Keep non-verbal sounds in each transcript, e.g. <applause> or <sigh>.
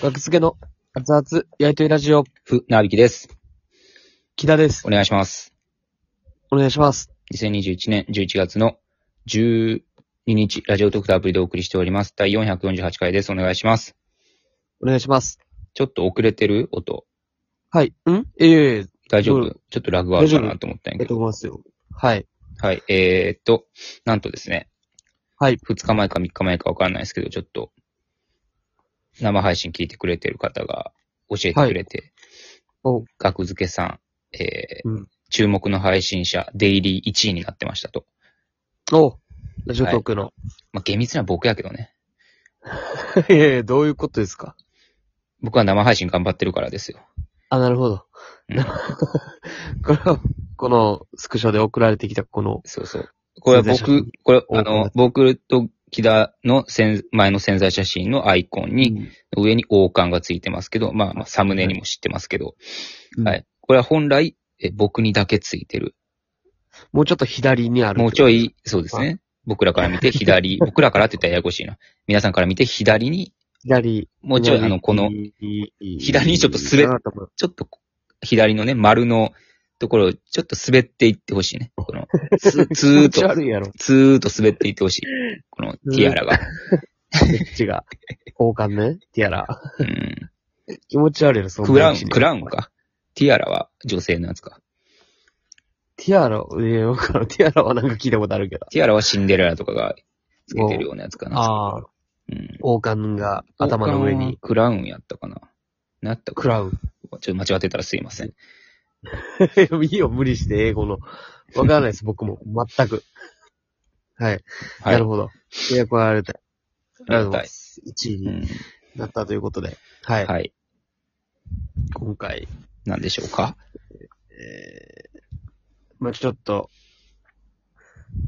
学付けの熱々焼いてるラジオ、ふ、なびきです。木田です。お願いします。お願いします。 2021年11月の12日、ラジオトークターアプリでお送りしております。第448回です。お願いします。お願いします。ちょっと遅れてる音。はい。んえいえいえ、大丈う夫んちょっとラグはあるかなと思ったんえやっけとど。思いますよ。はい。はい。えーっと、なんとですね。はい。 2日前か3日前かわかんないですけど、ちょっと、生配信聞いてくれてる方が教えてくれて、お学付けさん、えーうん注目の配信者、デイリー1位になってましたと。おラジオトークの。まあ、厳密には僕やけどね。 <laughs> い、えいえ、どういうことですか僕は生配信頑張ってるからですよ。あ、なるほど。うん <laughs> この、このスクショで送られてきたこの、そうそう。これは潜在写僕、これ、おあの、僕と木田の潜前の潜在写真のアイコンに、上に王冠がついてますけど、まあまあ、サムネにも知ってますけど、うんはい。これは本来、え僕にだけついてる。もうちょっと左にある。もうちょ。い、そうですね。僕らから見て <laughs> 左、僕らからって言ったらややこしいな。皆さんから見て左に、左。もうちょい、あの、この、、左にちょっと滑っあなたもちょっと、左のね、丸のところを、ちょっと滑っていってほしいね。この、つ、つ気ー持っとち、悪いやろ。ずーっと滑っていってほしい。このティアラが。こっち <laughs> が。交換ね。ティアラ。うん。気持ち悪いやろ、そんなクラウ位置ン、にクラウンか。ティアラは女性のやつか。ティアラ、ええわからんティアラはなんか聞いたことあるけど。ティアラはシンデレラとかがつけてるようなやつかな。ああ、うん。王冠が頭の上に。クラウンやったかな。なったかクラウン。なちょっと間違ってたらすいません。 <laughs> いいよ、無理して、英語の。わからないです、僕も。全く。はい。はい。なるほど。予約はあれだ。ありがとうございはまいす。1位うにんなったということで。はい。はい。今回、なんでしょうかえー、まあちょっと、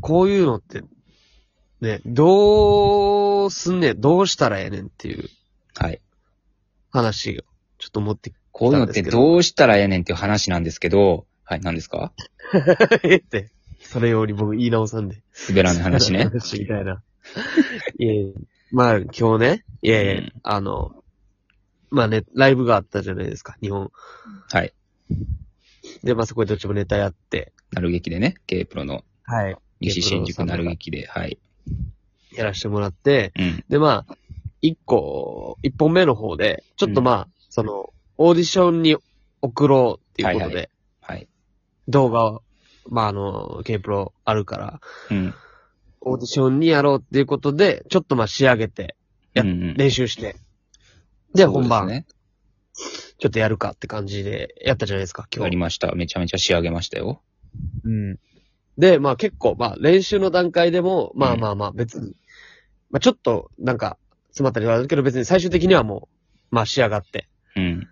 こういうのって、ね、どうすんねん、どうしたらええねんっていうはい。話を、ちょっと持ってこういうのってどうしたらええねんっていう話なんですけど、はい、何ですか <laughs> えって、それより僕言い直さんで。滑らない話ね。 <laughs> 話みたいな。いやいやまあ今日ね、いやいや、うんあの、まあね、ライブがあったじゃないですか、日本。はい。で、まあそこでどっちもネタやって、なる劇でね、K プロのはい。西新宿なる劇で、はい。やらしてもらって、うん。でまあ、一個、一本目の方で、ちょっとまあ、その、オーディションに送ろうっていうことで、はいははい。動画を、まああの、K プロあるから、うん。オーディションにやろうっていうことで、ちょっとまあ仕上げて、やうんうん練習して、で、本そう番、ですね。ちょっとやるかって感じでやったじゃないですか、今やり日。ました。めちゃめちゃ仕上げましたよ。うん。で、まあ結構、まあ練習の段階でも、まあまあまあ別に、まあちょっとなんか詰まったりはあるけど別に最終的にはもう、まあ仕上がって。うん。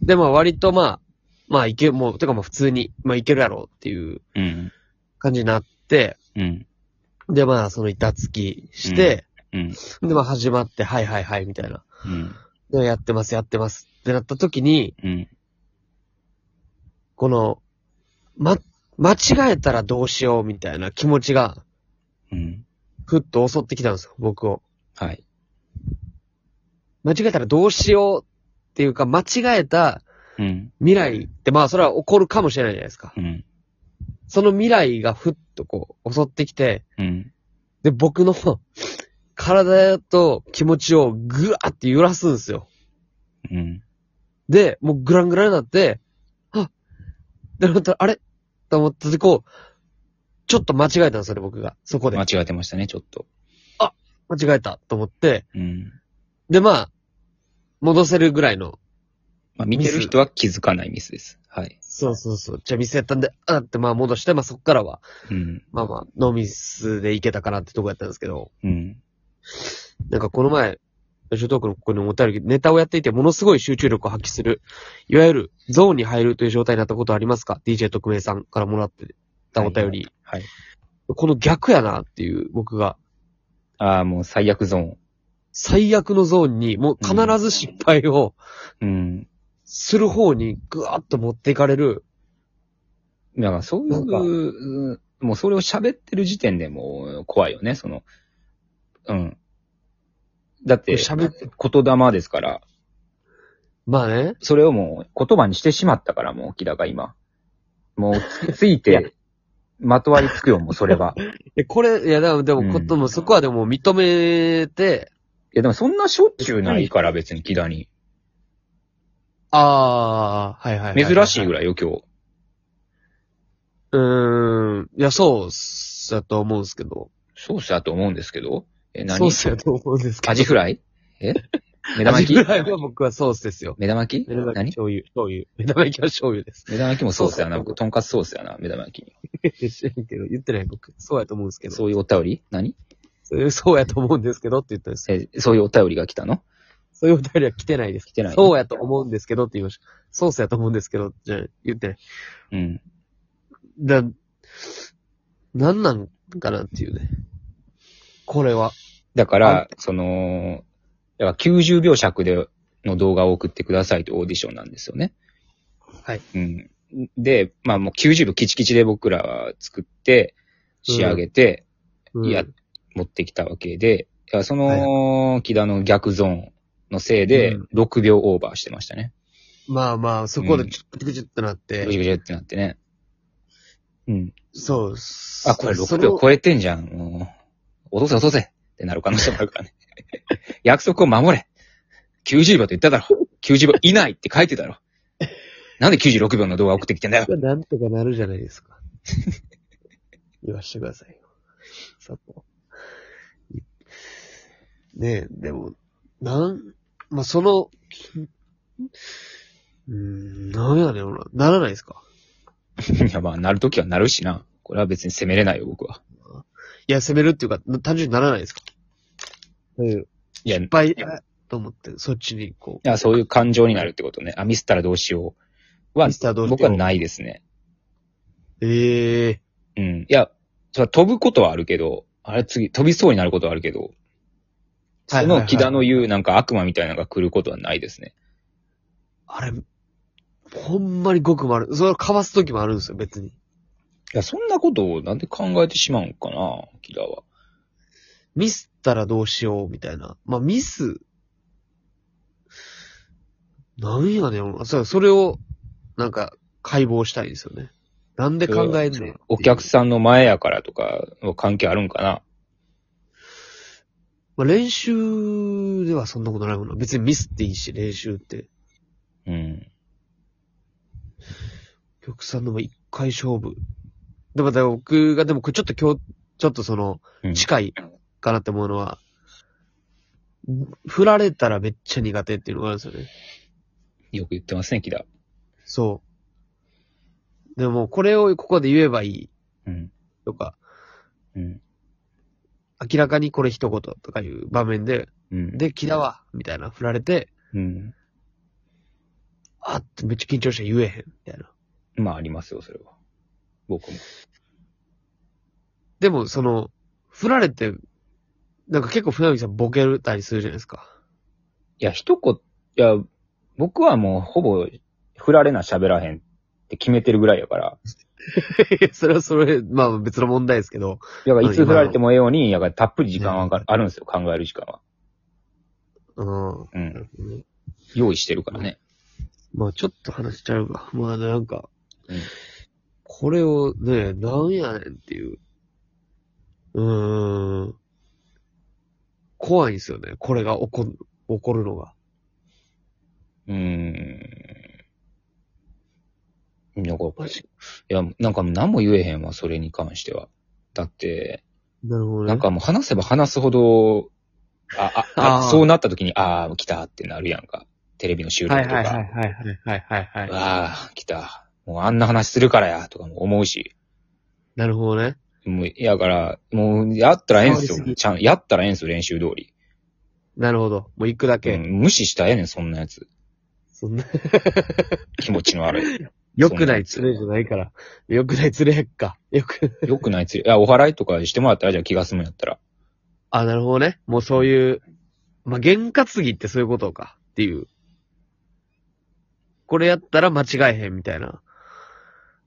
で、まあ割とまあ、まあいけ、もう、てかまあ普通に、まあいけるやろうっていううん。感じになって、うん。で、まあその板付きして、うん。で、まあ始まって、はいはいはいみたいな。うん。で、やってますやってますってなった時に、うん。この、ま、間違えたらどうしようみたいな気持ちが、うん。ふっと襲ってきたんですよ、僕を。はい。間違えたらどうしようっていうか、間違えたうん。未来って、まあそれは起こるかもしれないじゃないですか。うん。その未来がふっとこう、襲ってきて、うん。で、僕の <laughs> 体と気持ちをぐわって揺らすんですよ。うん。で、もうグラングランになって、あで、また、あれと思って、こう、ちょっと間違えたんですよね、僕が。そこで。間間違違えてましたね、ちょっと。えたと思って、うん。で、まあ、戻せるぐらいの。まあ、見てる人は気づかないミスです。はい。そうそうそう。じゃあミスやったんで、あーってまあ戻して、まあそっからは、うん。まあまあ、ノーミスでいけたかなってとこやったんですけど、うん。なんかこの前、吉トークのここにもお便り、ネタをやっていてものすごい集中力を発揮する、いわゆるゾーンに入るという状態になったことはありますか ?DJ 特命さんからもらってたお便り。はい。この逆やなっていう、僕が、ああ、もう最悪ゾーン。最悪のゾーンに、もう必ず失敗をうん。する方にぐわっと持っていかれる、だからそういう、なんかうんもうそれを喋ってる時点でもう怖いよね、その。うん。だって、喋って、言霊ですから、まあね。それをもう言葉にしてしまったから、もう、キラが今。もうつ、ついいやて、まとわりつくよ、もう、そ <laughs> れは。いえ、これ、いや、でも、でうも、んことも、そこはでも認めて、や、でもそんなしょっちゅうないから、別に、キラに。ああ、はいはいはいはい珍しいぐらいよ、今日。うーん。いや、そうっすだと思うんですけど。そうしたと思うんですけど。え、そうっすだと思うんですけど。アジフライえ目ア玉焼ジきフライは僕はソースですよ。目玉焼き目玉焼き何醤油、醤油。目玉焼きは醤油です。目玉焼きもソースやな、そうそう僕。とんかつソースやな、目玉焼き。知らんけど、言ってない僕。そうやと思うんですけど。そういうお便り何そうそうやと思うんですけどって言ったんですよ。え、そういうお便りが来たのそういうお便りは来てないです。来てないそうやと思うんですけどって言いました。ソースやと思うんですけど、じゃあ言ってない。うん。だ、なんなんかなっていうね。これは。だから、その、だから90秒尺での動画を送ってくださいというオーディションなんですよね。はい。うん。で、まあもう90秒キチキチで僕らは作って、仕上げて、うんいや、持ってきたわけで、だからそはいの、木田の逆ゾーンのせいでう、 6秒オーバーしてましたね。まあまあ、そこでちょっとぐちゅってなって。ぐじゅぐじゅってなってね。うん。そうっす。あ、これ6そ秒の超えてんじゃん。もう、落とせ落とせってなる可能性もあるからね。 <laughs> 約束を守れ !90 秒と言っただろ !90 秒以内って書いてたろなんで96秒の動画送ってきてんだ <laughs> よなんとかなるじゃないです <laughs> か。言わしてくださいよ。佐藤。ねえ、でも、なん、まあ、その、うーん、なんやねんな。ならないですか。いや、まあ、なるときはなるしな。これは別に責めれないよ、僕は。いや、攻めるっていうか、単純にならないですか。うん。いっいや、いぱい、あと思って、そっちに、こやそういう感情になるってことね。あ、ミスったらどうしよう。う、はミ、スター同士僕はないですね。ええうん。いや、それは飛ぶことはあるけど、あれ次、飛びそうになることはあるけど、はそいはいはいの木田の言うなんか悪魔みたいなのが来ることはないですね。あれ、ほんまにごくもある。それをかわすときもあるんですよ、別に。いや、そんなことをなんで考えてしまうんかな、木田は。ミスったらどうしよう、みたいな。まあ、ミス、なんやねん。そうそれを、なんか、解剖したいですよね。なんで考えんねん。お客さんの前やからとか、関係あるんかな。まあ、練習ではそんなことないもんな。別にミスっていいし、練習って。うん。お客さんのも一回勝負。でも、だから僕が、でも、ちょっと今日、ちょっとそのう、ん近いかなって思うのは、振られたらめっちゃ苦手っていうのがあるんですよね。よく言ってますね、木田。そう。でも、これをここで言えばいいうん。とか、うん。明らかにこれ一言とかいう場面で、うん。で、木田は、みたいな振られて、うん。あってめっちゃ緊張して言えへん、みたいな。まあ、ありますよ、それは。僕も。でも、その、振られて、なんか結構船木さんボケたりするじゃないですか。 <laughs> いや、一言、いや、僕はもう、ほぼ、振られな喋らへんって決めてるぐらいやから。いやそれはそれ、まあ別の問題ですけど、だから、いつ振られてもええように、やから、たっぷり時間はかあるんですよ、考える時間は。うん。うん。用意してるからね。まあちょっと話しちゃうが、まあなんか、 <laughs> うんこれをね、なんやねんっていう。うーん。怖いんですよね。これが起こる、起こるのが。うーん。なんか、マジいや、なんか何も言えへんわ、それに関しては。だって、なるほどね。なん、かもう話せば話すほど、あ、あ、ああーそうなった時に、ああ、来たってなるやんか。テレビの収録はいとか。はいはいはいはいはいはい、はい。ああ、来た。もうあんな話するからや、とかも思うし。なるほどね。もう、やから、もう、やったらええんす触りすよ。ぎちゃん、やったらええんすよ、練習通り。なるほど。もう行くだけ。うん、無視したらええねん、そんなやつ。そんな、気持ちの悪い。良くない連れじゃないから。良くない連れやっか。よく。よくないついや、お払いとかしてもらったら、じゃあ気が済むんやったら。あ、なるほどね。もうそういう、まあ、験担ぎってそういうことか。っていう。これやったら間違えへんみたいな。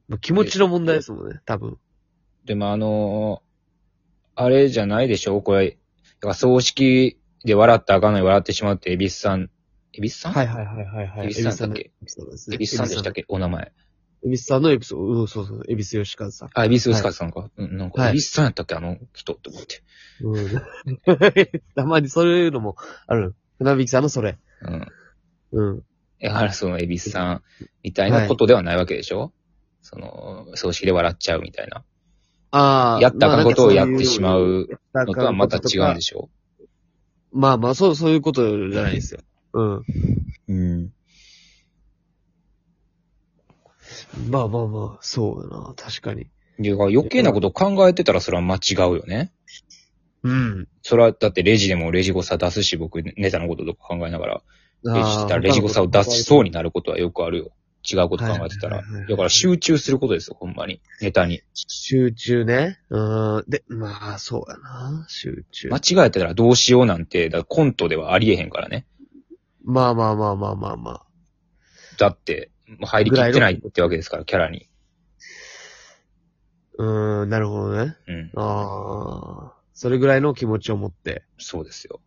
まあ、気持ちの問題ですもんね、多分。でもあのーあれじゃないでしょこれ、だから葬式で笑ったらあかんのに笑ってしまうって、エビスさん、エビスさんはいはいはいはいはい。蛭子さんだっけエビスさんのエピソードですね。エビスさんでしたっけお名前。エビスさんのエピソード、うん、そうそう、エビス吉和さん。あ、エビス吉川さんか。うん、なんか、はいエビスさんやったっけあの人って思って。うん。 <laughs> たまにそういうのもある。船引きさんのそれ。うん。うん。え、あら、そのエビスさんみたいなことではないわけでしょ、その、葬式で笑っちゃうみたいな。ああ。やったあかんことをやってしまのうのとはまた違うんでししょょ。まあまあ、そう、そういうことじゃないですよ。うん。うん。まあまあまあ、そうだな、確かに。いや、余計なこと考えてたらそれは間違うよね。うん。それは、だってレジでもレジ誤差出すし、僕、ネタのこととか考えながら、レジしてたらレジ誤差を出しそうになることはよくあるよ。違うこと考えてたらはいはいはいは。いだから集中することですよ、ほんまに。ネタに。集中ね。うん。で、まあ、そうやな。集中。間違えてたらどうしようなんて、だからコントではありえへんからね。まあまあまあまあまあまあ。だって、入りきってないってわけですから、キャラに。うーん、なるほどね。うん。ああ。それぐらいの気持ちを持って。そうですよ。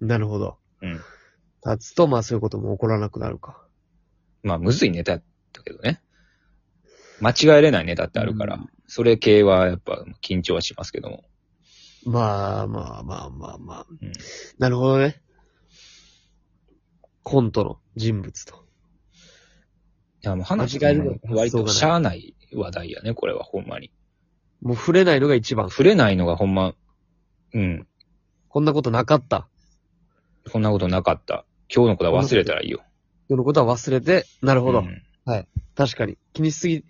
なるほど。うん。立つと、まあそういうことも起こらなくなるか。まあ、むずいネタだけどね。間違えれないネタってあるから、それ系はやっぱ緊張はしますけども。まあまあまあまあまあ。うんなるほどね。コントの人物と。いや、もう話間が違えるの割としゃあない話題やね、これはほんまに。もう触れないのが一番。触れないのがほんま、うん。こんなことなかった。こんなことなかった。今日のことは忘れたらいいよ。世のことは忘れて、なるほど。うん確かに。気にしすぎ、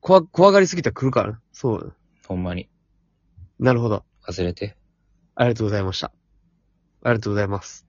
怖、怖がりすぎたら来るからな。そう。ほんまに。なるほど。忘れて。ありがとうございました。ありがとうございます。